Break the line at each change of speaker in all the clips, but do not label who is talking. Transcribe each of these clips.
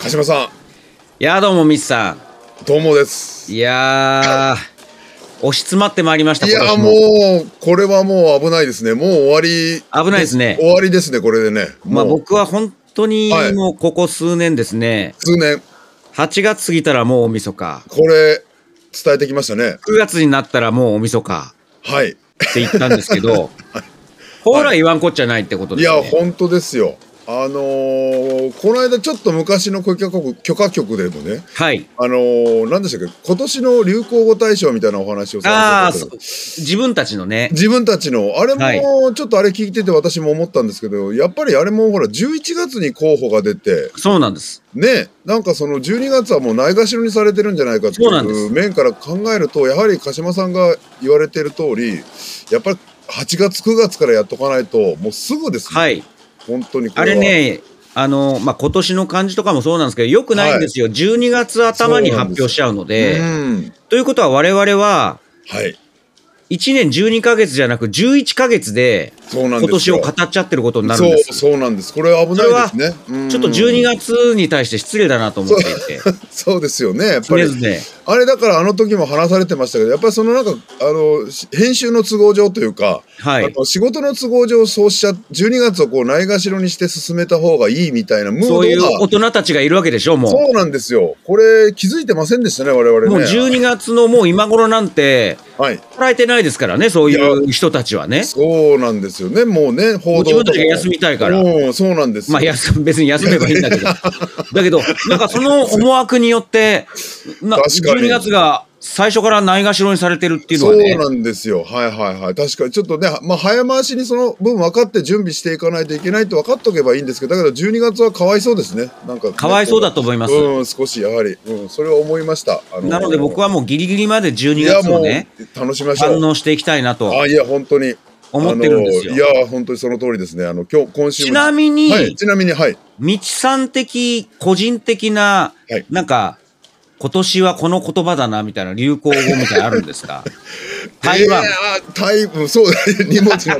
鹿島さ
いやーどうもミスさ
んどうもです
んいやー押し詰まってまいりました
いや
今
も
年
うこれはもう危ないですねもう終わり
危ないですね
終わりですねこれでね
まあ
もう
僕は本当に
はい
もうここ数年ですね、
通年
8月過ぎたらもう大晦日
これ伝えてきましたね
9月になったらもう大晦日
はい
って言ったんです けどほら言わんこっちゃないってこと
い
です
や
よ、ね、
本当ですよあのーこの間ちょっと昔の許可局許可局でもね
はい
あのー何でしたっけ今年の流行語大賞みたいなお話を
あ
され
あ
てたけど
そう自分たちのね
自分たちのあれ
は
もちょっとあれ聞いてて私も思ったんですけどやっぱりあれもほら11月に候補が出て
そうなんです
ねなんかその12月はもうないがしろにされてるんじゃないかって
そうなんで
い
す
う面から考えるとやはり鹿島さんが言われてる通りやっぱり8月9月からやっとかないともうすぐですね、
はい
本当にこ
あ
れ
れ
は
ねあのまあ今年の感じとかもそうなんですけどよくないんですよ、12月頭に
そうなん
発
です
表しちゃうので
うん
ということは我々は
はい
1年12ヶ月じゃなく11ヶ月で
そうなん
今
です
年
よ
を語っちゃってることになるん
そう
です。
そうなんですこれは危ないですねうん
ちょっと12月に対して失礼だなと思っていて、
そうですよねやっぱ
常
り
々、
あれだからあの時も話されてましたけどやっぱりそのなんかあのし編集の都合上というか、
は
あ
い、
の仕事の都合上そうしちゃ12月をこうないがしろにして進めた方がいいみたいなムード
そういう大
が
人たちがいるわけでしょ、もう。
そうなんですよこれ気づいてませんでしたね我々ね
もう12月のもう今頃なんて、
はい
働いてないですからね、そういう人たちはね。
そうなんですよねもうね報
もう
道
自分たちが休みたいから。
うんそうなんですよ
まあ、やす別に休 めばいいんだけど。だけど、なんかその思惑によって、な
確かに
12月が最初からないがしろにされてるっていうの
そう
はね、
なんですよはいはいはい確かにちょっとね、まあ、早回しにその分分かって準備していかないといけないと分かっとけばいいんですけどだけど12月はかわいそうですねなんかね
かわいそうだと思います。
うん、少しやはり、うん、それは思いました。あ
なので僕
は
はもうギリギリまで12
いや
月
もう
をね、
楽しみましょ
反
う。
応していきたいなと
あいや本当に
思ってるんですよ。
あのいや本当にその通りですね。あの今日今週も
ちなみに、
はい、ちなみにはい
みちさん的個人的な、
はい
なんか、今年はこの言葉だなみたいな流行語みたいなのあるんです か台湾
えー、あ台湾そう 荷物が。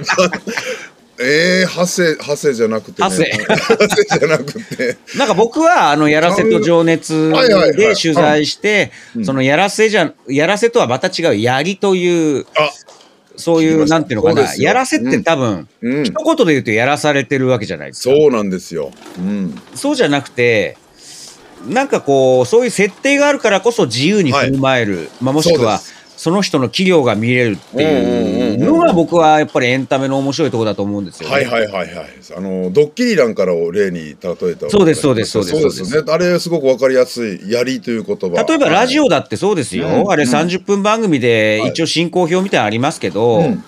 えー、ハセハセじゃなくて、ね、
ハセ
ハセじゃなくて
なんか僕はあのやらせと情熱
はいはいはい
で取材して、
うん
そのやらせじゃ、やらせとはまた違う、やりという、
あ
そうい
聞きま
う、
した
なんていうのか
そうで
な、
すよ
やらせって多分、
うん
一言で言うとやらされてるわけじゃないですか。
そうなんですようん
そうじゃなくて、なんかこう、そういう設定があるからこそ自由に振る舞える、まあ、もしくは
そう
その人の器量が見れるっていうの
うんうんうんう
が
ん
僕はやっぱりエンタメの面白いところだと思うんですよ、ね。
はいはいはいはいあのドッキリなんからを例に例えた
そうですそうですそうです
そうですよねあれすごくわかりやすいやりという言葉
例えばラジ
オ
オだってそうですよ、
うん
あれ30分番組で
はい
一応進行表みたいなのありますけど、
うんうん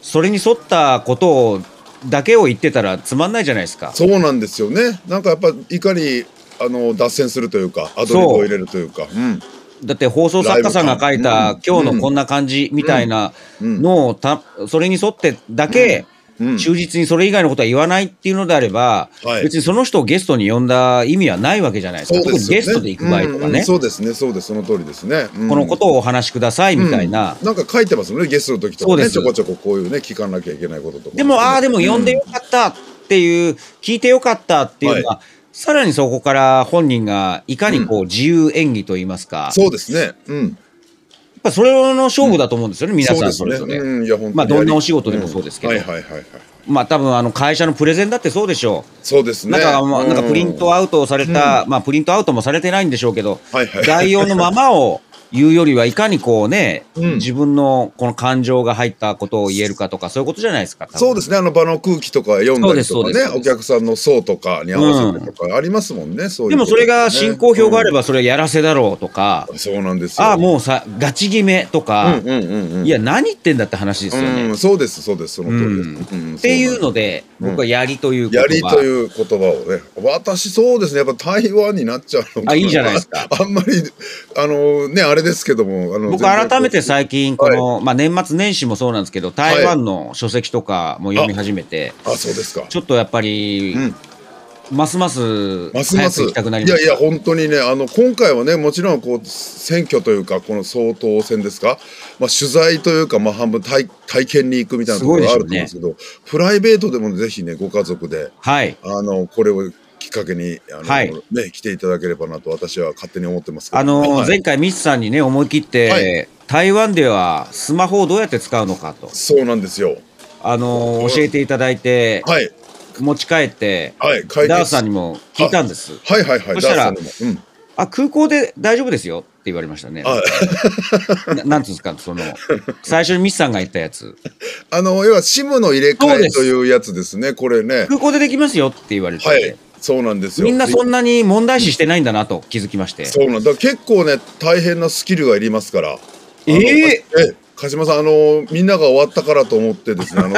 それに沿ったことをだけを言ってたらつまんないじゃないですか。
そうなんですよね。なんかやっぱいかにあの脱線するというかアドリブを入れるというか、うん、
だって放送作家さんが書い
ライ
た
ブ感
「今日のこんな感じ」みたいな
うん
のをたそれに沿ってだけ
うん、
忠実にそれ以外のことは言わないっていうのであれば、
はい
別にその人をゲストに呼んだ意味はないわけじゃないですか。特にゲストで行く場合とか
うんう
ね、
んそうですね、そうです、その通りですね。うん
このことをお話しくださいみたいな。
うんなんか書いてますもんね、ゲストの時と
そ
か
うで
ね、
す
ちょこちょここういうね聞かなきゃいけないこととか。
でも、ああ、でも呼んでよかったっていう、聞いてよかったっていうのは、さらにそこから本人がいかにこう自由演技といいますか、や
そうですね、うん、
っぱそれの勝負だと思うんですよね、皆さんそ
そう
れ
です
ぞ
ね。
れ。
うん、いや本当に
まあどんなお仕事でもそうですけど
んはいはいはいはい。
まあ多分あの会社のプレゼンだってそうでしょう。
そうですね。
なんか、まあ
う
なんかプリントアウトをされた、まあプリントアウトもされてないんでしょうけど、
はいはい
概要のままを言うよりはいかにこうね、
うん
自分のこの感情が入ったことを言えるかとか、そういうことじゃないですか。多分
そうですね、あの場の空気とか読んだりと
そう
か
です
ね
そうです、
お客さんの層とかに合わせてとかありますもんね、そういう
でもそれが進行表があれ
ば、
ばそれやらせだろうとか、
うんそうなんですよ。
ああもうさガチ決めとか、
うんうんうんうん、
いや何言ってんだって話ですよ
う
ね。
ん、そうですそうですその
うん
通りです。うん
っていうので、
うん
僕はやりという言
や
葉
りという言葉をね私そうですねやっぱ台湾になっちゃうのか
あいいじゃないですか
あんまりあのねあれですけどもあの
僕
全然
改めて最近この、まあ、年末年始もそうなんですけど台湾の書籍とかも読み始めて、
あそうですか
ちょっとやっぱり、
うん
ますます
ますま
早く
す
行きたくなり
い
ま
やい
した
や本当にねあの今回はねもちろんこう選挙というかこの総統選ですか、まあ、取材というか、まあ、半分体体験に行くみたいなところがあると思うんですけどプライベートでもぜひねご家族で
はい
あのこれをきっかけに、あの、
はい
ね、来ていただければなと私は勝手に思ってますけど。
あのー
はい
前回ミスさんにね思い切って、
はい
台湾ではスマホをどうやって使うのかと、
そうなんですよ。
あのー
うん
教えていただいて、
はい、
持ち帰って、
はい、解
ダー
決。
スさん
はい
にも聞いたんです。
はいはい、
そしたら
ダースさんにも
あ空港で大丈夫ですよって言われましたね。
うん、はい
ななんつうんですかその最初にミスさんが言ったやつ
あの、要は SIM の入れ
そう
替
で
え
す
というやつですね、これね。
空港でできますよって言われて、
はい、そうなんですよ。
みんなそん
な。
なに問題視してないんだなと気づきまして。
そうなんだ。だから結構ね、大変なスキルがいりますから。
ええ
あのえ鹿島さん、あの、みんなが終わったからと思ってですね、あ の、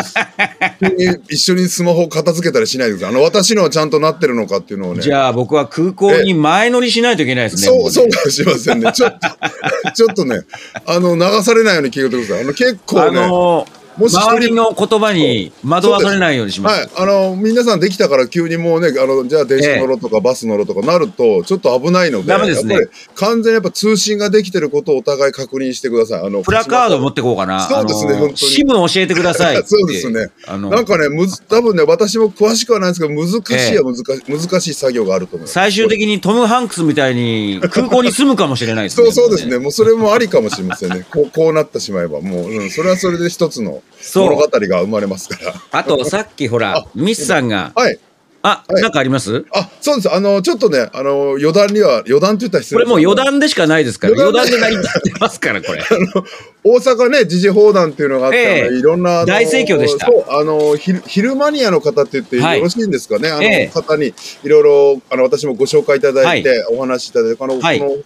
急に一緒にスマホを片付けたりしないでください。あの、私のはちゃんとなってるのかっていうのをね。
じゃあ僕は空港に前乗りしないといけないですね。も
そうう、
ね
そうかもしれませんね。ちょっと、 ちょっとね、あの、流されないように気をつけてください。あの、結
あ
構ね、
の
もし一人
周りの言葉に惑わされないようにしま
は
す。
い、あの、皆さんできたから急にもうね、あの、じゃあ電車乗ろうとかバス乗ろうとかなると、ちょっと危ないので、
ダメですね
やっぱり完全にやっぱ通信ができてることをお互い確認してください。あの、
プラカード持ってこうかな。
そうですね
あ
本
の
当に
シム教えてくださいっ て。
そうですね
あの
なんかね、むず、多分ね、私も詳しくはないんですけど、難しいは難しい、難しい作業があると思います。
最終的にトム・ハンクスみたいに空港に住むかもしれないです
そ
ね。
うそうですね。
も
もうそれもありかもしれませんね。 こう、こうなってしまえば、もう、うん、それはそれで一つの
そう
物語が生まれますから。
あとさっきほら
あ、
ミスさんが、
はい。
あ、
はい
なんかあります
あ、そうです。あの、ちょっとね、あの、余談には、余談って言ったら失
こ
礼
れ
です
もう余談でしかないですから、余
余
談
談
で成り立ってますから、これ。
大阪ね、時事砲弾っていうのがあって、
ええ
あのいろんな、あの
大盛況でした
そう、あの、ひ昼マニアの方って言ってよ
はい
ろしいんですかね、あの、
ええ
方に、いろいろ、あの、私もご紹介いただいて、お話しいただいて、あの、
はい
この、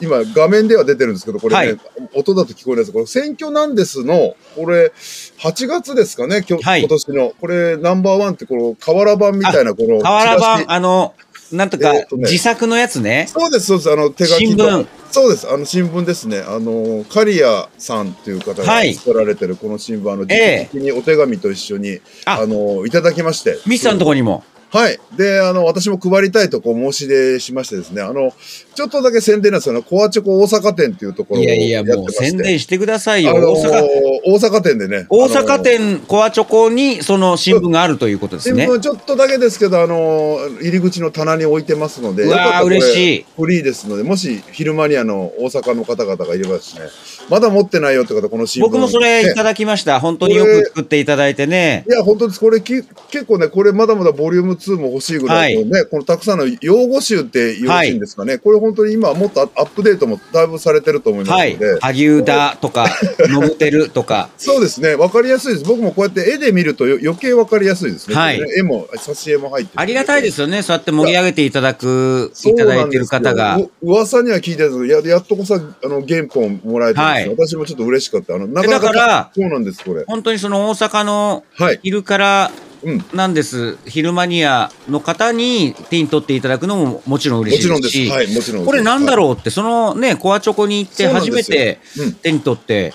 今、画面では出てるんですけど、これね、
はい
音だと聞こえるんですけど、選挙なんですの、これ、8月ですかね、今日、
はい
今年の、これ、ナンバーワンって、この、瓦版みたいな、この、
瓦
チラシ
版、あの、なんとか
えーっ、とね
自作のやつね。
そうです、そうです。あの、手書き
新
の
聞。
そうです。あの、新聞ですね。あの、カリアさんっていう方
は
が
い
作られてるこの新聞、あの、
ええ
直々にお手紙と一緒に、
あ
あの、いただきまして。
ミスさんのとこにも。
はい。で、あの、私も配りたいとこう申し出しましてですね、あの、ちょっとだけ宣伝なんですよね。コアチョコ大阪店っていうところを
いやいや、
って
もう
まして
宣伝してください
あ
よ。
の
大阪、
大阪店でね。
大
あ
阪
の
店コアチョコにその新聞があるということです
新
ね。
聞ちょっとだけですけど、あの、入り口の棚に置いてますので、
うわー
よかったらこれ
嬉しい
フリーですので、もし昼間にあの、大阪の方々がいればですね、まだ持ってないよって方、この新聞、
僕もそれいた
ね
だきました。本当によく作っていただいてね。
いや、本当です。これき、結構ね、これまだまだボリューム2も欲しいぐらいのね、このたくさんの用語集ってよろしいんですかね。これ本当に今もっとアアップデートもだいぶされてると思います
は
の
い
で。。
萩生田とか、ノブテルとか。
そうですね。わかりやすいです。僕もこうやって絵で見るとよ余計わかりやすいですね。
はい
これね絵も、挿絵も入ってる
ありがたいですよね。そうやって盛り上げていただく、
そ
いうただ
ないん
て
で
る
すよ
方が。
う噂には聞いてるんですけどややっとこさあの原本もらえてるんですよ、
は
私もちょっと嬉しかったあのな
え
かな
だ
か
から、
そうなんですこれ
本当にその大阪の
はい
昼から
うん
なんです、昼マニアの方に手に取っていただくのももちろん
も
嬉し
ち
い
ろん
で
ですす
し、
はいもちろん
これなんだ
う
ろうって、そのね、コアチョコに行って
そうなん
初
ですよ
めて
うん
手に取って、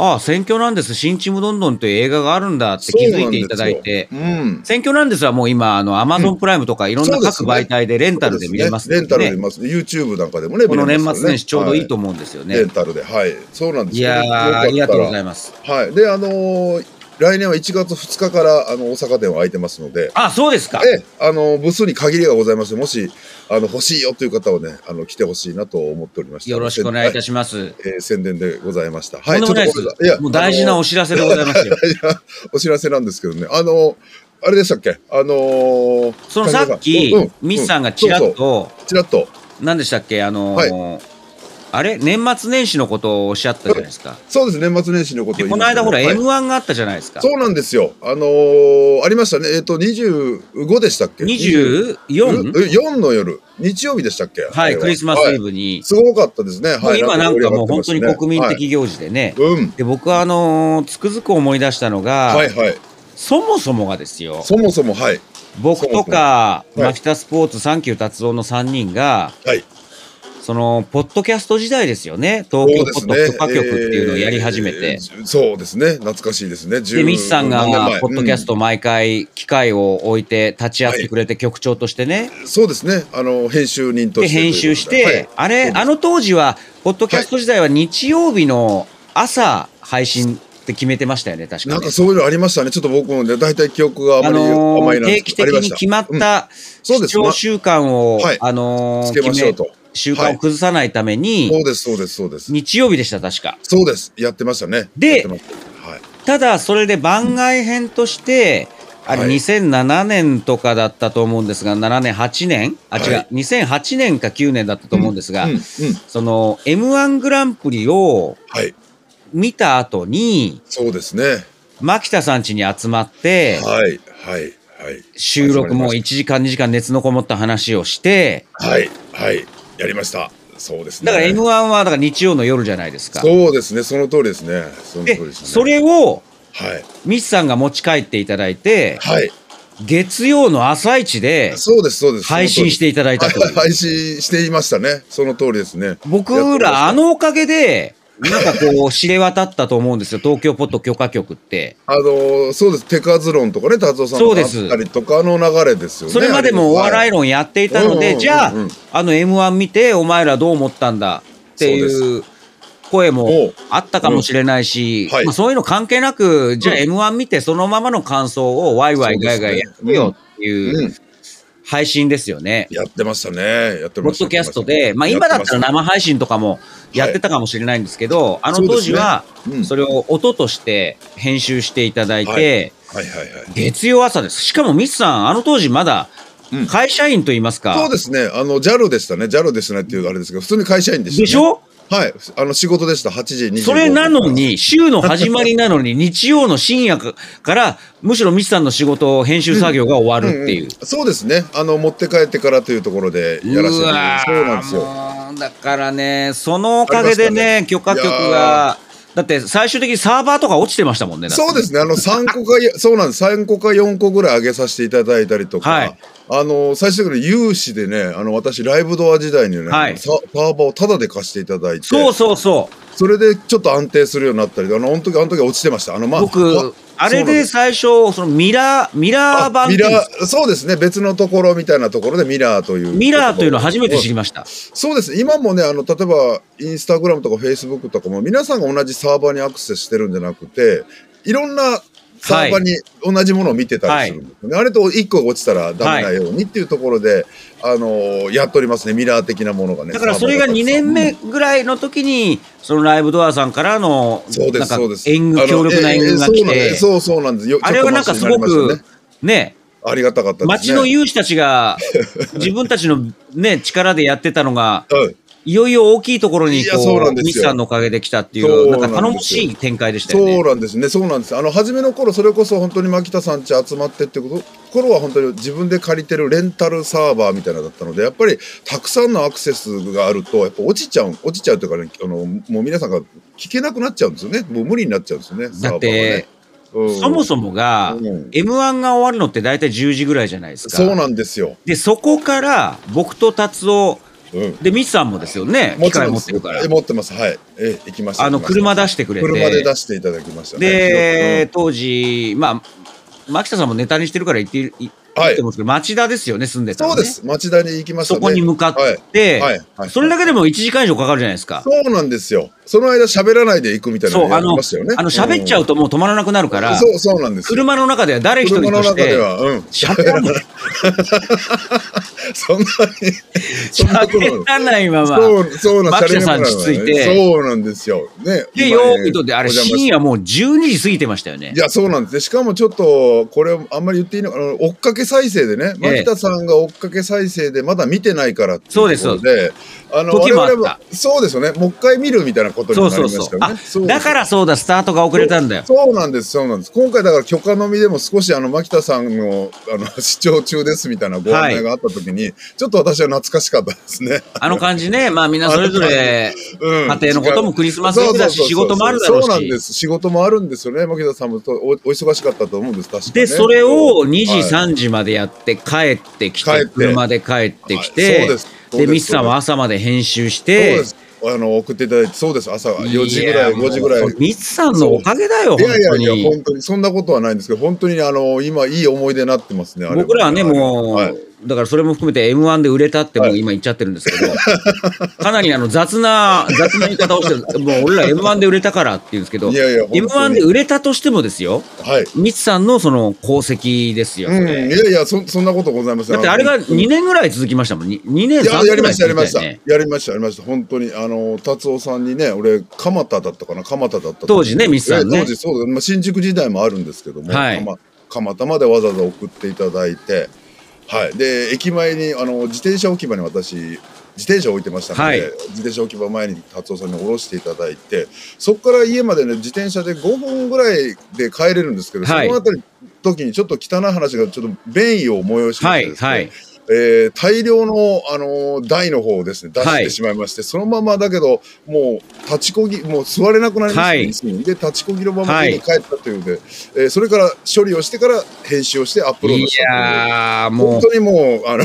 ああ、選挙なんです、新チームどんどんという映画があるんだって気づいていただいて
う、ん
選挙なんですはもう今、あの、アマゾンプライムとかいろんな
そうです
各
ね
媒体でレンタルで見れます
そうすねレン
の
タルで
で
見
ね、
ます YouTube なんかでもね
この
見れ
年
ますか
末
らね
年始ちょうどいいと思うんですよ
レ
ね
ン。タルではいそうなんです
いやー、ありがとうござ
い
います。
ますはいであのー来年は1月2日からあの大阪店は開いてますので
あ、そうですか。
ええ、あの、部数に限りがございまして、もし、あの、欲しいよという方はね、あの、来てほしいなと思っておりました。
よろしくお願いいた
し
します。
ます。えー宣伝でございました。
と
はい、
んでもないです
ちょっとごめんなさい。い
もう大事なお
お
知らせでご ざいますよ。
お知らせなんですけどね、あの、あれでしたっけあのー
そのさっき、ミスさんがちらっ、と、
ちらっと、
何でしたっけ、あのーあれ年末年始のことをおっしゃったじゃないですか。
そうです、年末年始のこと
で、
を言い
こ
ま
の
したね
間、ほら、
はい
M1 があったじゃないですか。
そうなんですよ。あのーありましたね。えっ、と、25でしたっけ
24?
え4の夜、日曜日でしたっけあ
は
れ
い、クリスマスイブに。
すごかったですね。
もう今なんかもう本当に国民
はい
的行事でね。
うん。
で、僕はあのーつくづく思い出したの
は
が
い、はい。
そもそもがですよ、
そもそも、はい。
僕とか、
そもそもはい
マキタスポーツ、サンキュー達夫の3人が、
はい。
その、ポッドキャスト時代ですよね。
そ
東
うで
京ポ
す
ッド
ね。
許可局っていうのをやり始めて。
えーそうですね。懐かしいですね。
で、ミスさん
10
が
年前、
ポッドキャスト毎回機会を置いて立ち会ってくれて局長としてね。
うんそうですね。あの、編集人と
で、
してということで。
編集して、
はい
あ
そう
れ、
です
あの当時は、ポッドキャスト時代は日曜日の朝配信って決めてましたよね、確かに。
なんかそういうのありましたね。ちょっと僕もね、大体記憶があま
あ
り
の
甘い
ー
な
定期的に決まっ
うん
た
そう
視
です
聴習慣を、
はい
あのー
つけましょうと
決め習慣を崩さないために、
そうです、そうです、そうです。
日曜日でした、確か。
そうです。やってましたね。
で
やってましたはい。
ただ、それで番外編として、あれ、
はい
2007年とかだったと思うんですが、7年、8年あ、違う、
はい
2008年か9年だったと思うんですが、
うん、うん。
その、M1 グランプリを
はい。
見た後に、
そうですね。
牧田さん家に集まって、
はい、はい、はい。
収録も
集
1時間、2時間熱のこもった話をして、
はい、はい。やりました。そうですね。
だから M1 はだから日曜の夜じゃないですか。
そうですね、その通りですね。その通り
で、
ですね。
それを
はい。
ミスさんが持ち帰っていただいて、
はい。
月曜の朝一で
そうです、そうです。
配信していただいたと
はい
いう。
配信していましたね。その通りですね。
僕
やってまし
ら
た
あのおかげで、なんかこう知れ渡ったと思うんですよ。 東京ポッド許可局って。
あのーそうです。手数論とかね、達夫さん
そ
と
う
かあ
で
っ
す
たりとかの流れですよね。
それまでもお笑い
の
論やっていたの
はいうんうんうん
で、
うん
じゃあ、あの M1 見てお前らどう思ったんだっていう声もあったかもしれないし
うんはい、
まあそういうの関係なく、じゃあ M1 見てそのままの感想をワイワイガイガイやるよっていう
うん、
配信ですよね。
やってましたね。やって
ポ
ま
ッ
した。
ドキャストで、まあ今だったら生配信とかもやってたかもしれないんですけど、あの当時は
そうですねうん
それを音として編集していただいて、
ははいはいはい。
月曜朝です。しかもミスさん、あの当時まだ
うん
会社員といいますか、
そうですね。あの、JAL でしたね。JAL でしたねっていうあれですけど、普通に会社員でした、ね。
でしょ
はい。あの、仕事でした。8時25分。
それなの。に、週の始まりなのに、日曜の深夜から、むしろミスさんの仕事、編集作業が終わるっていう。
そうですね。あの、持って帰ってからというところでやらせて
うわー
そうなんですよ。
もうだからね、そのおかげでね、
ありましたね
許可局が、だって最終的にサーバーとか落ちてましたもんね。だって
そうですね。あの、3個か、そうなんです。3個か4個ぐらい上げさせていただいたりとか、
はい
あの、最終的に有志でね、あの、私、ライブドア時代にね、
はい
ササーバーをタダで貸していただいて、
そうそうそう。
それでちょっと安定するようになったり、あの、あの時、あの時は落ちてました。あの、まあ、
僕
わ、
あれ
そうなん
で最初、そのミラー、ミラー版
ミ
っていうんで
ラ
すか
ーそうですね別のところみたいなところでミラーという
ミラーというのを初めて知り
ま
ました。
したそうです今もねあの例えばインスタグラムとかフェイスブックとかも皆さんが同じサーバーにアクセスしてるんじゃなくていろんなサーバーに同じものを見てたりするんですよね、あれと1個が落ちたらダメなようにっていうところで、あのーやっておりますねミラー的なものがね
だからそれが2年目ぐらいの時に、そのライブドアさんからの、
そうで
なん
す
か
そうです
援軍、強力な援軍が来
あのええ
て、
そうそうなんですよ
あれはなんかすご
ちょっとマシになりました
く
ね、
ね、
ありがたかったですね
町の有志たちが 自分たちのね、力でやってたのが、
はい
いよいよ大きいところに
いやそう
こ
な
う、
んですよ
ミスさんのおかげで来たってい
そう
う、
な
なんん
です
か
よ
頼もしい展開でしたよ
そう
ね。
なんですね、そうなんです。あの初めの頃それこそ本当に牧田さん家集まってってこと頃は本当に自分で借りてるレンタルサーバーみたいなのだったので、やっぱりたくさんのアクセスがあるとやっぱ落ちちゃう、落ちちゃうというかね、あのもう皆さんが聞けなくなっちゃうんですよね。もう無理になっちゃうんですよね。
だって、
サーバーがね、
そもそ
も
もが
うん
M1 が終わるのって大体10時ぐらいじゃないですか。
そうなんですよ。
で、そこから僕と達夫、
うん。
で、ミスさんもですよね、機械
んで
持っ
す
てるから
え。持ってます。はい。え行きました。
あの
行きました
車出してくれて
車で出していただきましたね。
で、当時、まあ、牧田さんもネタにしてるから言ってい言
はい
ってますけど、町田ですよね、住んで
う
た
ん
の
そう
ね
です。町田に行きましたね。
そこに向かっ
はい
て、
はいはい
それだけでも1時間以上かかるじゃないですか。
そうなんですよ。その間喋らないで行くみたいな
そう、あ
やり
の、
ましたよね。
あの喋っちゃうともう止まらなくなるか
うん
ら、
そうそうなんですよ。
車の中では誰一人
車の
とし
中で
て、
は、うん、
喋らない、
そんなに、そんなことない
喋らないまま。
そう、そうなん
牧田さ
シャレにもなら
ん落ち着い
ない
て
そうなんですよ。ね。今
で、よ
ね
ーくとで、あれ
お邪魔し
深夜もう12時過ぎてましたよね
い。や、そうなんですね。しかもちょっと、これ、あんまり言っていいのかな、追っかけ再生でね、
ええ
牧田さんが追っかけ再生で、まだ見てないからってい
そうです
ところで、あの、
時もあった
我々そうですよね。もう一回見るみたいなことに
そ
も
う
なり
そ
まし
うそ
た
う。
よ
あ
ね。そう、で
だ
す
からそうだ、スタートが遅れたんだよ。
そうなんです、そうなんです。今回だから許可のみでも少しあの牧田さんのあの 視聴中ですみたいなご案内があった時に、ちょっと私は懐かしかったですね。
あの感じね、まあみんなそれぞれ、
うん
家庭のこともクリスマスイブだし
そうそうそう
仕事もあるだろう
そ
し
うなんです。仕事もあるんですよね。牧田さんもとおお忙しかったと思うんです。確かに、ね。
で、それを2時、
はい
3時までやって、帰ってき、
帰ってて
車で帰ってき
はいそ
て
うです、そうで
で、
す
ミスさんは朝まで編集し
そう
て
で、す。あの送っていただいて、そうです。朝4時ぐらい、
やもう
5時ぐらい。
ミスさんのおかげだよ、
いやいや
本当
いや、
に。
本当にそんなことはないんですけど、本当にあの今いい思い出になってますね。あれ
僕らはね、
は
も、
はいう
だからそれも含めて m 1で売れたってもう今言っちゃってるんですけ ど、かなりあの雑な雑な言い方をしてるもう俺ら m 1で売れたからって言うんですけど
いやいや
m 1で売れたとしてもですよ
はい。
ミツさんのその功績ですよ、
う
そ
ん、
れ
いやいやそ、そんなことございません。
だってあれが
本当に
2年ぐらい続きましたもん 2, 年
いや
3
や
年
り
ぐら
ま
い
した、やり
続いた
ま
よ
した、
ね
やりました、やりました、本当に、あの、達夫さんにね、俺、蒲田だったかな、蒲田だったと
当時ねミスさんね
え当時、そうです、まあ、新宿時代もあるんですけども、
はい
蒲蒲田までわざわざ送っていただいて、はい、で、駅前に、あの、自転車置き場に私、自転車置いてましたので、
はい
自転車置き場前に達夫さんに降ろしていただいて、そこから家までね、自転車で5分ぐらいで帰れるんですけど、
はい
そのあたり、時にちょっと汚い話がちょっと便意を催しま
は
して
い
ですね、
はい
えー大量の、あのー台の方をですね出し
は
て
い
しまいまして、そのままだけどもう立ちこぎもう座れなくなりました、
は
ね
い
椅子にで立ちこぎのまま
はい
家に帰ったというので、えーそれから処理をしてから編集をしてアップロード
い
した
やー
という
も
本
う
当にもうあの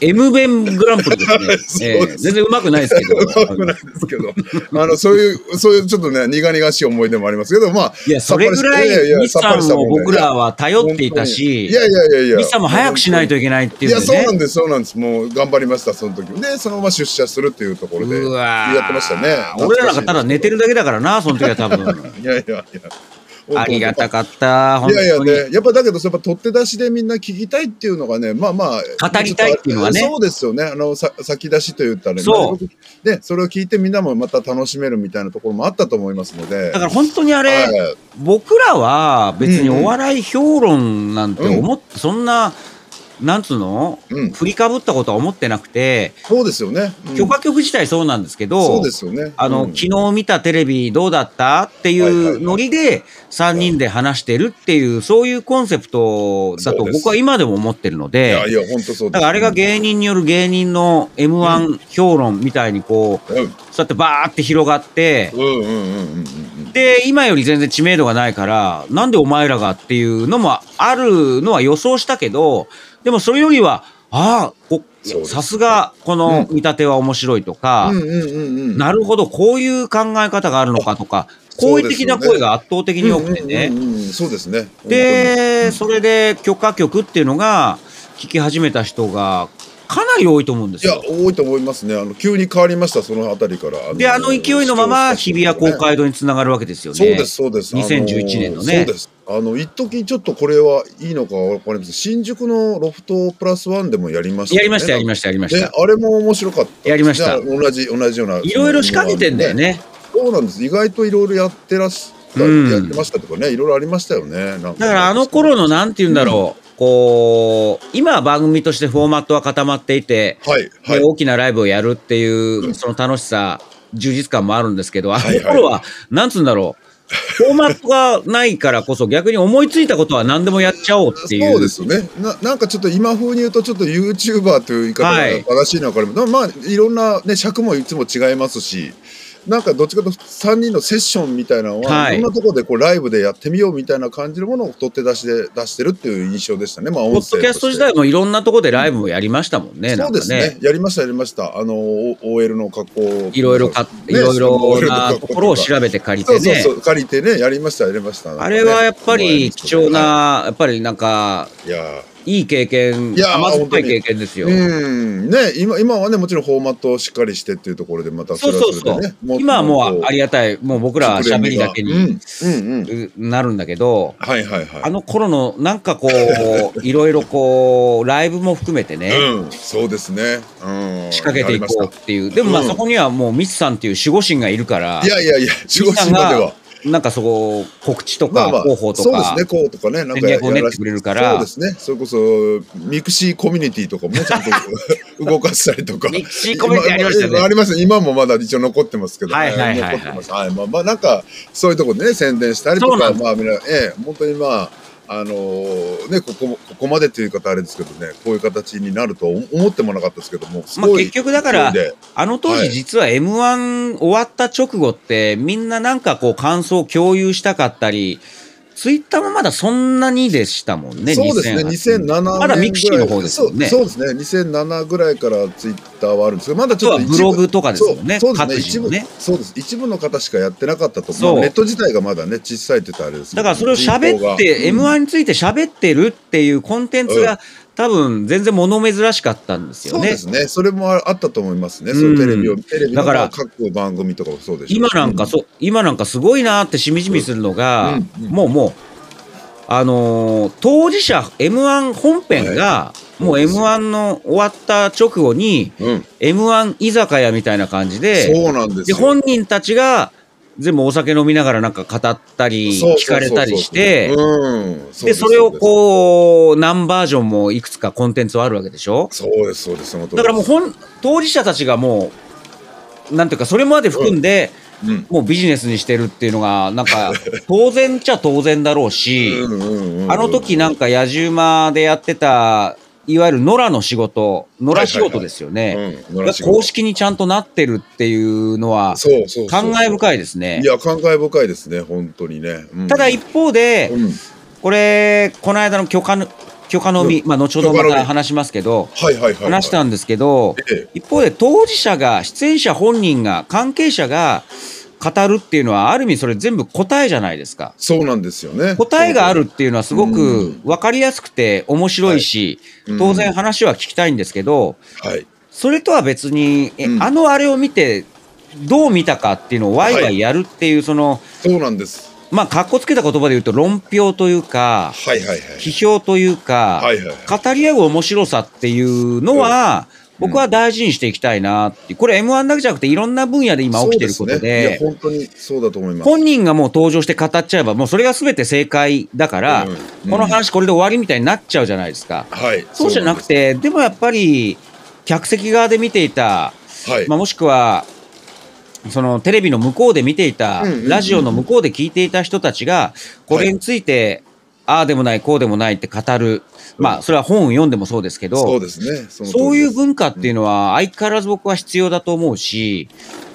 M 弁グランプリです ね
そう
え
で
え
す
全然うまくないです けど
うまくないですけ どあのそういうそういうちょっとね苦々しい思い出もありますけどまあ
いやそれぐら
さっぱりしていや
い
いや
ミスさん
さっぱりしたも
も
んね
僕らは頼っていた
い
し
やいやいやいや
ミスさんも早くしないといけないって
い
いう
や
ん
そ
で
う
ね
なんですそうなんですもう頑張りましたその時でそのまま出社するっていうところで
うわー
やってましたね
俺らなんかただ寝て
る
るだけだからなその時は多分
いやいやいや
ありがたかった本
いやいや
当に
ね、やっぱだけど、やっぱ取って出しでみんな聞きたいっていうのがね、まあまあ、
語りたいっていうのはね
そうですよね、あのさ先出しと言ったらね、
そう
ね、それを聞いてみんなもまた楽しめるみたいなところもあったと思いますので、
だから本当にあれ
はい
僕らは別にお笑い評論なんて思って、そんな、なんつうの、
うん
振りかぶったことは思ってなくて、
そうですよね、うん
許可局自体そうなんですけど、
そうですよね、
あの、
うん
昨日見たテレビどうだったってい
はいはいは
う
い
ノリで3人で話してるっていう、そういうコンセプトだと
そうです
僕は今でも思ってるの
いや
で、
いや、本当そうです。
だからあれが芸人による芸人の M1 評論みたいにこう、
うん
そうやってバーって広がって、
うんうんうんうんうんうん
で、今より全然知名度がないから、なんでお前らがっていうのもあるのは予想したけど、でもそれよりは、ああ、こ
そうです
さすがこの見立ては面白いとか、
うんうんうんうん。
なるほど、こういう考え方があるのかとか、
そ
好
う
意
ですよね
的な声が圧倒的に多くて
うん
ね。
うんうんうんそうですね。
で、それで許可局っていうのが聞き始めた人がかなり多いと思うんで
い
す
や
よ。
多いと思いますね。あの急に変わりましたそのあたりから。
で、あの勢いのまま日比谷公会堂につながるわけですよね。
そうです、そうです。
2011年のね
そうです。あの、一時ちょっとこれはいいのかわかります新宿のロフトプラスワンでもやりました、
やりました、やり
ま
ました、やりまし
ね
た。、
あれも面白かった。
やりました
ね同じ、同じような。
いろいろ仕掛けてんだよね。
そうなんです。意外といろいろやってらした、
うん
やってましたとかね、いろいろありましたよね。なん
だからあの頃のなんて言うんだろう、こう、今は番組としてフォーマットは固まっていて、
はい、は
で
い。
大きなライブをやるっていう、その楽しさ、充実感もあるんですけど、あ
はい
の頃は、なんつうんだろう、フォーマットがないからこそ逆に思いついたことは何でもやっちゃおうっていう。
そうですよねな。なんかちょっと今風に言うと、ちょっと YouTuber という言い方
はい
が正しいのは分かります。まあ、いろんな、ね、尺もいつも違いますし、なんかどっちかというと3人のセッションみたいなのは、
はい
い、ろんなところでこうライブでやってみようみたいな感じのものを取って出しで出してるっていう印象でしたね。まあ、
ポ
音
ッド
声
キ
とし
ャ
て
スト自体もいろんなとこでライブもやりましたもんね、な
そう
んか
ですね。やりました、やりました。あの、O- OL の格好。
いろいろか、い
ね
ろいろ
そ
な
の OL の
と
格好
ころを調べて借り
そ
て
うそう
ね
そ。う、借りてね、やりました、やりました。
あれはや
な
っぱ
んかね
り貴重。な、やっぱりなんか、
いや
いい経験
い、やー
甘酸っぱい経験ですよ。
うん、ね、今、今はね、もちろんフォーマットをしっかりしてっていうところで、また
そうそう
れ
そ
は
う
れでね。
今はもうあり
が
がたい。もう僕らは喋りだけ
うん、う
に
ん、うん。
なるんだけど、
はいはいはい。
あの頃のなんかこ う、いろいろこう、ライブも含めてね、
うん、そうですね。うん。
仕掛け
や
ていこ
りまし
うっていう。でもまあ
うん
そこにはもうミスさんっていう守護神がいるから
た。い、やいやいや、
ミ
守護
スさん
神までは
が。、なんかそこ、告知と
まあま
か
あ、
広報と
そうです
か
ね、、こうとかね、なんか
戦略を練って
やらせ
くれるから
そうですね、それこそ、ミクシーコミュニティとかもねちゃんと 動かしたりとか。
ミクシーコミュニティありましたよね
今あります今もまだ一応残ってますけどね、
はいはいはいはい
残ってます。はい、まあまあ、なんか、そういうとこでね、宣伝したりと
そうな
か、
んで
まあ、みんな、ええ、本当にまあ、あのーね、ここも、ここまでという方あれですけどね、こういう形になると思思ってもなかったですけども、す
まあ
ごい
結局だから
勢いで
あの当
は
時
い
実は M1 終わった直後ってみんななんかこう感想を共有したかったり、ツイッターもまだそんなにでしたもんね。
そうですね、2007年
年
ぐらい。
まだミクシーの方ですよね。
そうそうですね、2007ぐらいからツイッターはあるんですけど、まだ
あ
ち
と
ょっ
は
と一部
ブログとかですもんね。
そうそう
各
ですね、
自
一
の
部
ね。
そうです。一部の方しかやってなかったと
そう
思う。ネット自体がまだね、小さいって言ったらあれですけ
だ
ど
からそれを喋って、
人口が
M1 について喋ってるっていうコンテンツが多分全然物珍しかったんですよ
そう
ね。
ですね。それもあったと思いますね。そうの
ん
テレビを、テレビの
だから
各番組とかもそうでしょうし
今なんかそう、今なんかすごいなーってしみじみするのが、
うんうん
もうもう、あのー当事者 M1 本編が、も
そ
う
うです
M1 の終わった直後に、
うん、
M1 居酒屋みたいな感じで、
そうなんです
で
よ。
本人たちが全部お酒飲みながらなんか語ったり、
そう
聞かれたりして、
うん、う
で、それをこう、何バージョンもいくつかコンテンツはあるわけでしょ
そうですそうですそうですその通り
だからもう本、当事者たちがもう、なんていうか、それまで含んで、
う、うん、
もうビジネスにしてるっていうのが、なんか、当然っちゃ当然だろうし、
うんうんうんうん
あの時なんか野じ馬でやってた、いわゆる野良の仕事、野良仕事ですよね。
うん、
が公式にちゃんとなってるっていうのは、
そうそうそう
感慨深いですね
い。や感慨深いですね本当にね、うん
ただ一方で
う、ん、
これ、この間の許可の、許可のみ、まあ後ほどま
許可の
た
み
話しますけど、
はいはいはい、はい、
話したんですけど、
え
一方で当事者が、出演者本人が、関係者が語るっていうのは、ある意味それ全部答えじゃないですか。
そうなんですよね
答えがあるっていうのはすご
う
く分かりやすくて面白いし、
うん
当然話は聞きたいんですけど、
はい
それとは別に、え
うん
あのあれを見てどう見たかっていうのをワイワイやるっていう、その、
そうなんです
まあ、かっこつけた言葉で言うと論評というか、
はいはいはい
批評というか、
はいはいはい
語り合う面白さっていうのは、
うん
僕は大事にしていきたいなっていうこれ M1 だけじゃなくていろんな分野で今起きてるこ
そう
とで
すね、いや本当にそうだと思います
本人がもう登場して語っちゃえばもうそれが全て正解だから、
うんうん
この話これで終わりみたいになっちゃうじゃないですか。
はい
そうじゃなくてでもやっぱり客席側で見ていた、
そうなんですはい、
まあ、もしくはそのテレビの向こうで見ていた、
うんうんうん
ラジオの向こうで聞いていた人たちがこれについて、ああでもないこうでもないって語る、まあそれは本を読んでもそうですけど
そうですねその通り
そういう
です
文化っていうのは相変わらず僕は必要だと思うし、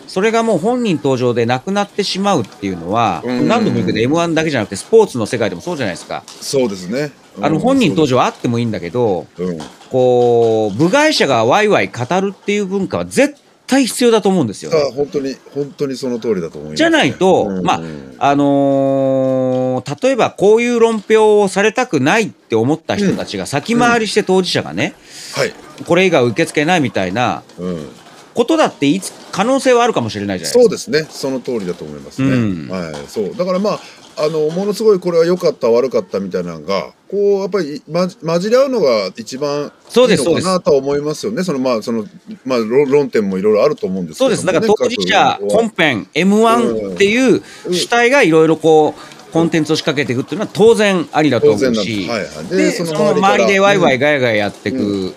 それがもう本人登場でなくなってしまうっていうのは、
うん
何度も言うけど M1 だけじゃなくてスポーツの世界でもそうじゃないですか。
そうですね、
あの本人登場はあってもいいんだけど、
場うん
こう、部外者がワイワイ語るっていう文化は絶対必要だと思うんですよね、
あ本当に本当にその通りだと思います、
じゃないと、
うん
まあ、あのー例えばこういう論評をされたくないって思った人たちが先回りして当事者がね、
はい、
これ以外は受け付けないみたいな
うん、
ことだっていつ可能性はあるかもしれないじゃない
そ
で
うですねその通りだと思いますね、
うん
はいそうだからまああのものすごいこれは良かった悪かったみたいなのがこうやっぱりま混じり合うのが一番い
そうで
い
す
のかなとは思いますよねそのまあそのまあ論論点もいろいろあると思うんです
す
け
そ
ど
う
も
で
ね、
すだから当事者
各
本編 M1 っていう主体がいろいろこうコンテンツを仕掛けていくっていうのは当然ありだと
当
思
然
う
なん
し、
です、はいはい、
でその周りでワイワイガヤガヤやっていく、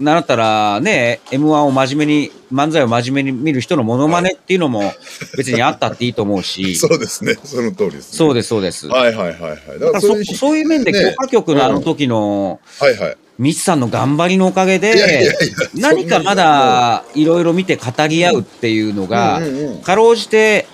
なんだったらね M1 を真面目に漫才を真面目に見る人のモノマネっていうのも別にあったっていいと思う し
そうですねその通りです、ね、
そうですそうです、
はいはいはいはいだか
だからら
そ
そう
いう
そそういう面で
ね
許可局のあの時の
はいはい
ミツさんの頑張りのおかげで
いやいやいや
何かまだいろいろ見て語り合うっていうのが
うんうんうん
かろうじて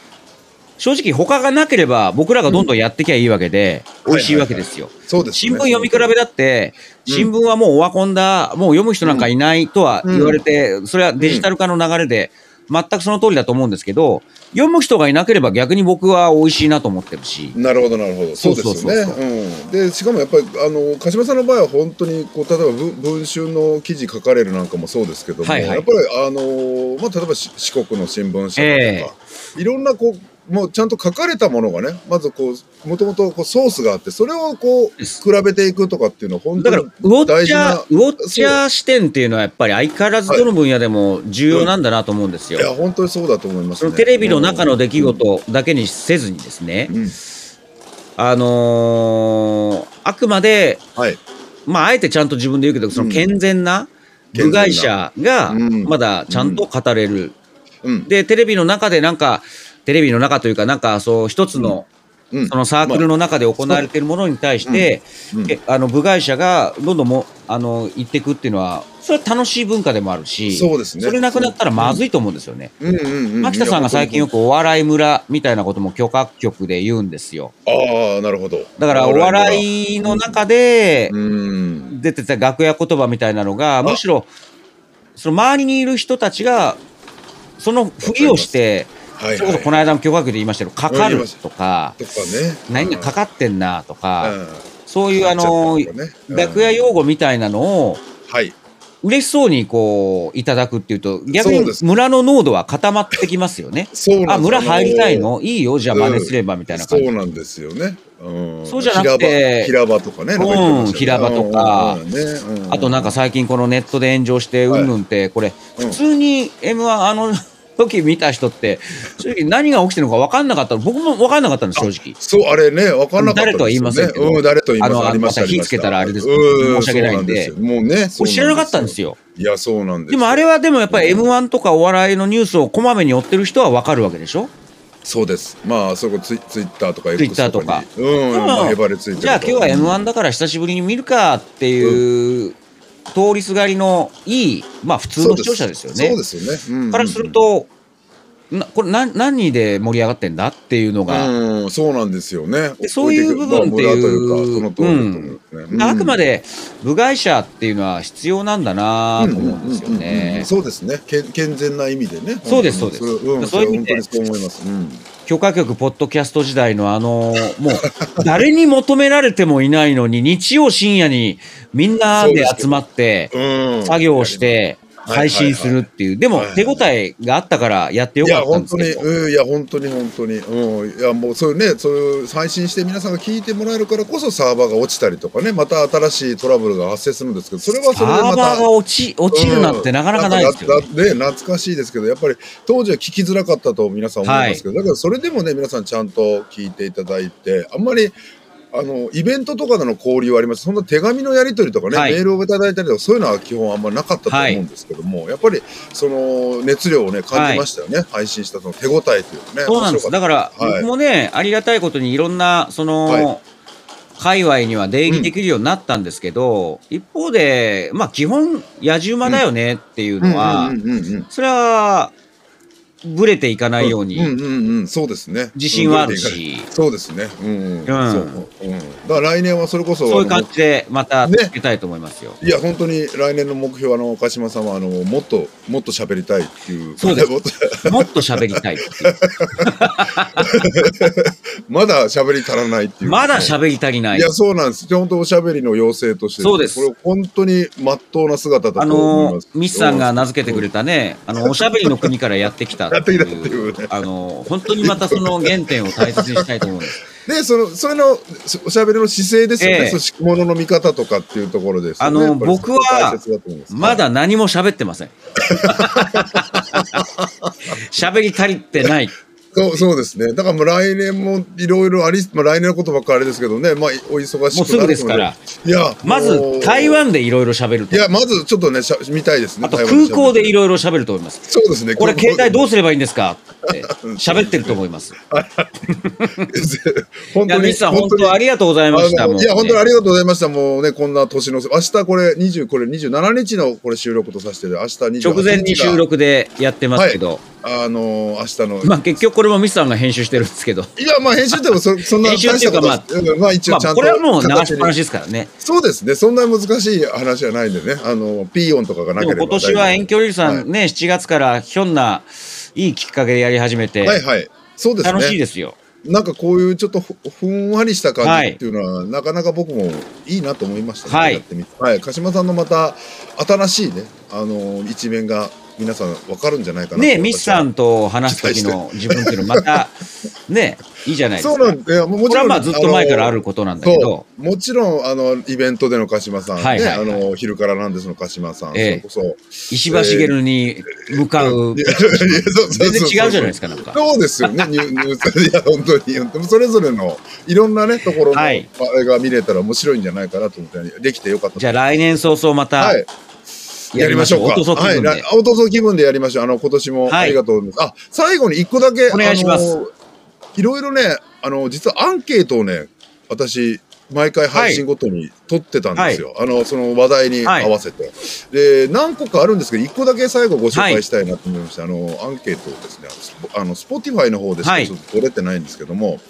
正直他がなければ僕らがどんどんやってきゃいいわけで
うん
美味しいわけですよ。
そうです、ね、
新聞読み比べだって新聞はもうオワコンだもう読む人なんかいないとは言われてそれはデジタル化の流れで全くその通りだと思うんですけど読む人がいなければ逆に僕は美味しいなと思ってるし。
なるほどなるほど
そ
そうう
そ
で
うそう
すよね。うん、でしかもやっぱりあの鹿島さんの場合は本当にこう例えば文文春の記事書かれるなんかもそうですけども、
はいはい
やっぱりあの、まあ、例えばし四国の新聞社
え
とか、いろんなこうもうちゃんと書かれたものがねまずこうもともとこうソースがあってそれをこう
です
比べていくとかっていうのは本
だ
当
から、
に
ウォッ
大
チ
事
ャ
な
ー、ウォッチャー視点っていうのはやっぱり相変わらずどの分野でも重要なんだなと思うんです
い
よ。
や本当にそうだと思います、
そ
ね。
のテレビの中の出来事だけにせずにですね
う、ん、うん
あのーあくまで、
はい
まあ、あえてちゃんと自分で言うけど、その健全な
健全
部
な
外者が
うん
まだちゃんと語れる。
うん
で、テレビの中でなんか、テレビの中というか、なんかそう、一つの、
うん
そのサークルの中で行われているものに対して、
うんうん
えあの部外者がどんどんもあの行っていくっていうのは、それは楽しい文化でもあるし、
そうですね
それなくなったらまずいと思うんですよね。
うんうんうん、
牧田さんが最近よ
く
くお笑い村みたいなことも許可局で言うんですよ。
ああなるほど
だからお笑いの中で
うん
出てた楽屋言葉みたいなのが、むしろその周りにいる人たちが、そのふりをして、
はいはい
それこそこの間も許可局で言いましたけど、かかるとか、
とかね
何がかかってんなとか、
うん
そういうあの、楽屋用語みたいなのを、
はい。
嬉しそうにこういただくっていうと
そ
逆に
うです。
村の濃度は固まってきますよね
そうなん
あ
ですよ
村入りたいのいいよじゃあ真似すればみたいな感じ、
そうなんですよね。うん、
そうじゃなくて
平場平場とかね、なんか言ってましたよね
うん平場とか
うんうんねう
あとなんか最近このネットで炎上して
はい
うんぬんってこれ
うん
普通に m 1あの 時見た人って正直何が起きてるのか分かんなかったの僕も分かんなかったの正直。
そう、あれね、分からなかったですよね、
誰とは言いませんけど
うん、誰とは言いませ
あ
ん。
の
ありました、
また火つけたらあれですけど
うん
申し訳ないんで
そうなすよもうね、
俺知らなかったんです
よ。
よ。
いや、そうなんです
で
よ。
もあれはでもやっぱり m 1とかお笑いのニュースをこまめに追ってる人は分かるわけでしょ
そうです。まあ、そこツイツイッターとか X
Twitter とか
にうん、
でも
まあへばりついてると
じゃあ今日は m 1だから久しぶりに見るかっていう、通りすがりのいいまあ普通の視聴者ですよね。
そうですそうですよね。うんうんうん
からする、となこれな何で盛り上がってんだっていうの
う
が、
ん、そうなんですよね。
でそういう部分って
まあ無駄と
いう
いうか、その通りだと思うんですね。
あくま
で
で部外者っていうのは必要なんだなと思うんですよね。
そうですね。け健全な意味でね。
そうですそうです
うん、
そ
そううい
い
うう
意
意
味
味で。本当
で
にそう思います。うん。
許可局ポッドキャスト時代のあのもう誰に求められてもいないのに日曜深夜にみんなで集ま って
うん、
作業して
い
配信するっていう、
はいはい
でも手応えがあったからやってよ
い
か
や
ったん
本
です
当
け
に、
ど。
うん、いや本当に本当に、うん、いやもうそういうね、そういう配信して皆さんが聞いてもらえるからこそサーバーが落ちたりとかね、また新しいトラブルが発生するんですけど、それはそれで
サ
ま
ー
た
バーが落ち落ちるなんてなかなかないですけどね、
うんなんかななね懐かしいですけど、やっぱり当時は聞きづらかったと皆さん思いますけど、だからそれでもね、皆さんちゃんと聞いていただいて、あんまり、あの、イベントとかでの交流はあります。そんな手紙のやり取りとかね、
はい
メールをいただいたりとか、そういうのは基本あんまなかったと思うんですけども、やっぱり、その、熱量をね、感じましたよね。配信したその手応えというかね。
そうなんです。
面白か
だ
っ
から、
はい
僕もね、ありがたいことにいろんな、その、
はい
界隈には出入りできるようになったんですけど、一方で、まあ基本、野じ馬だよねっていうの
た
は、
うんうんうんうんうん
それは、ブレていかないように、
んうんうん、そうですね。
自信はあるし
うん。そうですね。うん。うん
うん
そううん。だから来年はそれこそ、
そういう
あ
感
の
じでまた
ね
続けたいと思いますよ。
いや本当に来年の目標はあの岡島さんはあのもっともっと喋りたいっていう
そうです
もっと
もっと喋りたいっていう
まだ喋り足らないっていう
まだ喋り足りない
い。やそうなんです本当おしゃべりの妖精として
そうです
これ本当に真っ当な姿だ
あ
と思い
の
ます、
ミスさんが名付けてくれたね、あの、おしゃべりの国からやってきたって
やってきたって
い
いううね、
あの、本当にまたその原点を大切にしたいと思うんです。
でそのそれのそおしゃべりの姿勢ですよね、
ええ
そのしものの見方とかっていうところですよね
あの
やっぱり
僕は
大切だと思いす
まだ何も喋ってません。 喋り足りてない。
そうそうですねだからもう来年もいろいろあり、まあ、来年のことばっかりあれですけどねまあお忙しくなる
もうすぐですか
と
ら
思ういや
ま
も
ず
う
台湾でいろいろ喋る
い
と。
や、まずちょっとね、しゃ見たいですね。
あと
台湾の
空
写真
港でいろいろ喋ると思います。
そうですね。
これ携帯どうすればいいんですかって
うん
喋ってると思います。
帯 本
いや、
当に
ミスさん本当ありがとうございました。
あの
もう
いや、本当にありがとうございました。もうね、こんな年の、明日これ、20、これ27日のこれ収録とさせて、明日28日が
直前に収。録でやってますけど、
あのー、明日の。
まあ結局これもミスさんが編集してるんですけど、
いや、まあ編集でもそそんな
編集っていうか
大したことはうんまあ一
ま
応ちゃ
あ
んと
これはもう流
形
しっ
に
ぱなしですからね。
そうですね。そんな難しい話はないんでね。あの、ピー音とかがな
で
けれ
も
ば
今年は遠距離さ
はい
んね、7月からひょんないいきっかけでやり始めて、
はいはい。そうですね。
楽しいですよ。
なんかこういうちょっとふふんわりした
は
感
い
じっていうのは、なかなか僕もいいなと思いましたね、
はい
やってみてはい、鹿島さんのまた新しいね、あのー一面が皆さんわかるんじゃないかな
ねミスさ
ん
んと話す時の自分っていうの またねいいじゃないです
そ
か。
うなんで、いやもうも
これはまあずっと前からあることなんだけど
そ、うもちろんあのイベントでの鹿島さん、ね
はいはいはい
あの昼からなんですの鹿島さん、
ええ
それこそ
石破茂に向かう、
いやいやそうそう
全然違うじゃ
そう
ないですか、なんか。
そうですよね、ニューニュースいや、本当に、でもそれぞれのいろんなね、ところの、
はい
あれが見れたら面白いんじゃないかなと思って、できてよかった
じゃあ来年早々また
はい、
や
や
り
り
ま
ま
し
し
ょ
ょ
う
う
か。
か。
落とそう気分で。
はい、落とそう気分でやりましょう。あの、今年も
はい
ありがとうございます。あ、最後に一個だけ、
お願いします
あの。いろいろね、あの、実はアンケートをね、私、毎回配信ごとに撮ってたんですよ。あの、その話題に
はい
合わせて。で、何個かあるんですけど、一個だけ最後ご紹介したいなと思いました。あの、アンケートをですね、スポあの、スポティファイの方でし
は
か
い
ちょっと取れてないんですけども、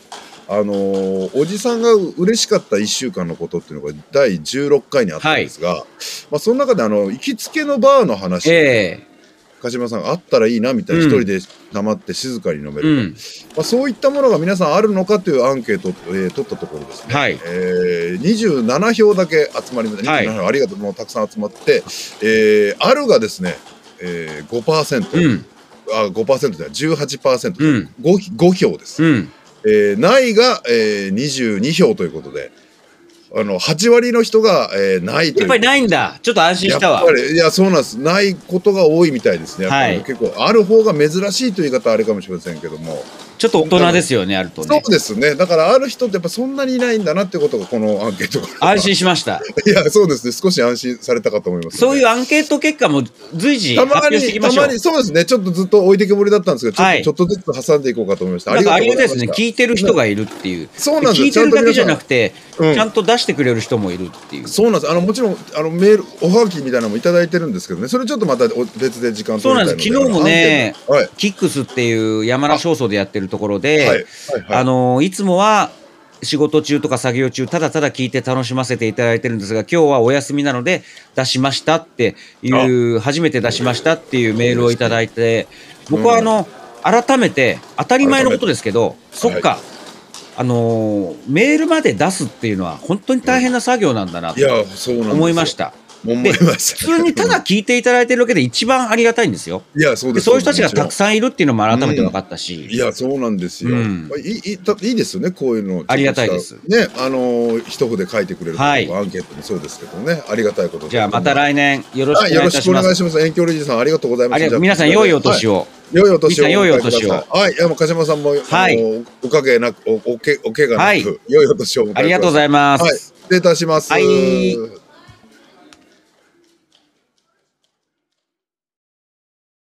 あのおじさんが嬉しかった1週間のことっていうのが第16回にあったんですが、まあ、その中であの行きつけのバーの話
ええ
鹿島さんがあったらいいなみたいな、
うん
一人で黙って静かに飲め
う
る、
ん。
まあ、そういったものが皆さんあるのかというアンケートを、えー取ったところですね、
はい。
えー、27票だけ集まりました、
はい
27票ありがとうもうたくさん集まって、えー、あるがですね、えー、5%、
うん。
あ5%では18%、
うん。
5, 5票です、
うん。
えーないが、えー、22票ということであの8割の人が、えーないとい
や
う
っぱりないんだ。ちょっと安心したわ
やっ。ぱりいやそうなんですないことが多いみたいですね、やっぱり
はい
結構ある方が珍しいという言い方はあれかもしれませんけども
ちょっと大人ですよね、あると
そ
ね。
うですねだからある人ってやっぱそんなにいないんだなってことがこのアンケートから
安心しました。
いやそうですね少し安心されたかと思います、
そういううアンケート結果も随時
た
発
ま
表して
に
いきま
た
しょう
ま。にそうですねちょっとずっと置いてけぼりだったんですけどちょ,、
はい
ちょっとずつ挟んでいこうかと思いました
なんかありがたいですね。
あり
聞いてる人がいるっていう。
がとうございましたそうなんです
聞いてるだけじゃなくて、
ちゃんと皆さんうん
ちゃんと出してくれる人もいるっていう。
そうなんです。あのもちろんあのメールおはがきみたいなのもいただいてるんですけどね。それちょっとまたお別で時間
そう
取
な
り
ん
たい
で
ので。
す。昨日もね
あの案件、
キックスっていう山名少曹でやってるところ
で
で、
はいはいはい
あのいつもは仕事中とか作業中ただただ聞いて楽しませていただいてるんですが今日はお休みなので出しましたっていう初めて出しましたっていうメールをいただいて僕はあの、改めて当たり前のことですけどそっか、あのメールまで出すっていうのは本当に大変な作業なんだない
やそうなんですよ。
思いました。
思いました。
普通にただ聞いていただいてるだけで一番ありがたいんですよ。
いやそうで
で
す。
そういう人たちがたく
さ
さんいるっていうのも改めて分かったし。
いやそうなんですよ。
うん
いいいいたいいですよねこういうの。
ありがたいです
ねあの一筆書いてくれるとか、
はい
アンケートもそうですけどねありがたいこと。
じゃあまた来年よろしく
は
お
い
願
よ
いい
ろ
た
し
し
くお
ます
願い。します。遠距離おじさんありがとうございま
ありが
す。
とう皆さん良いお年
を。
を。
良いお年を。
皆さん良いお年を
はい。いやもう鹿島さんも、
はい
あのおかげなく、おおけ、おけがなく、
はい
良いお年をお迎えください。
ありがとうございます。
はい。失礼いたします。
はい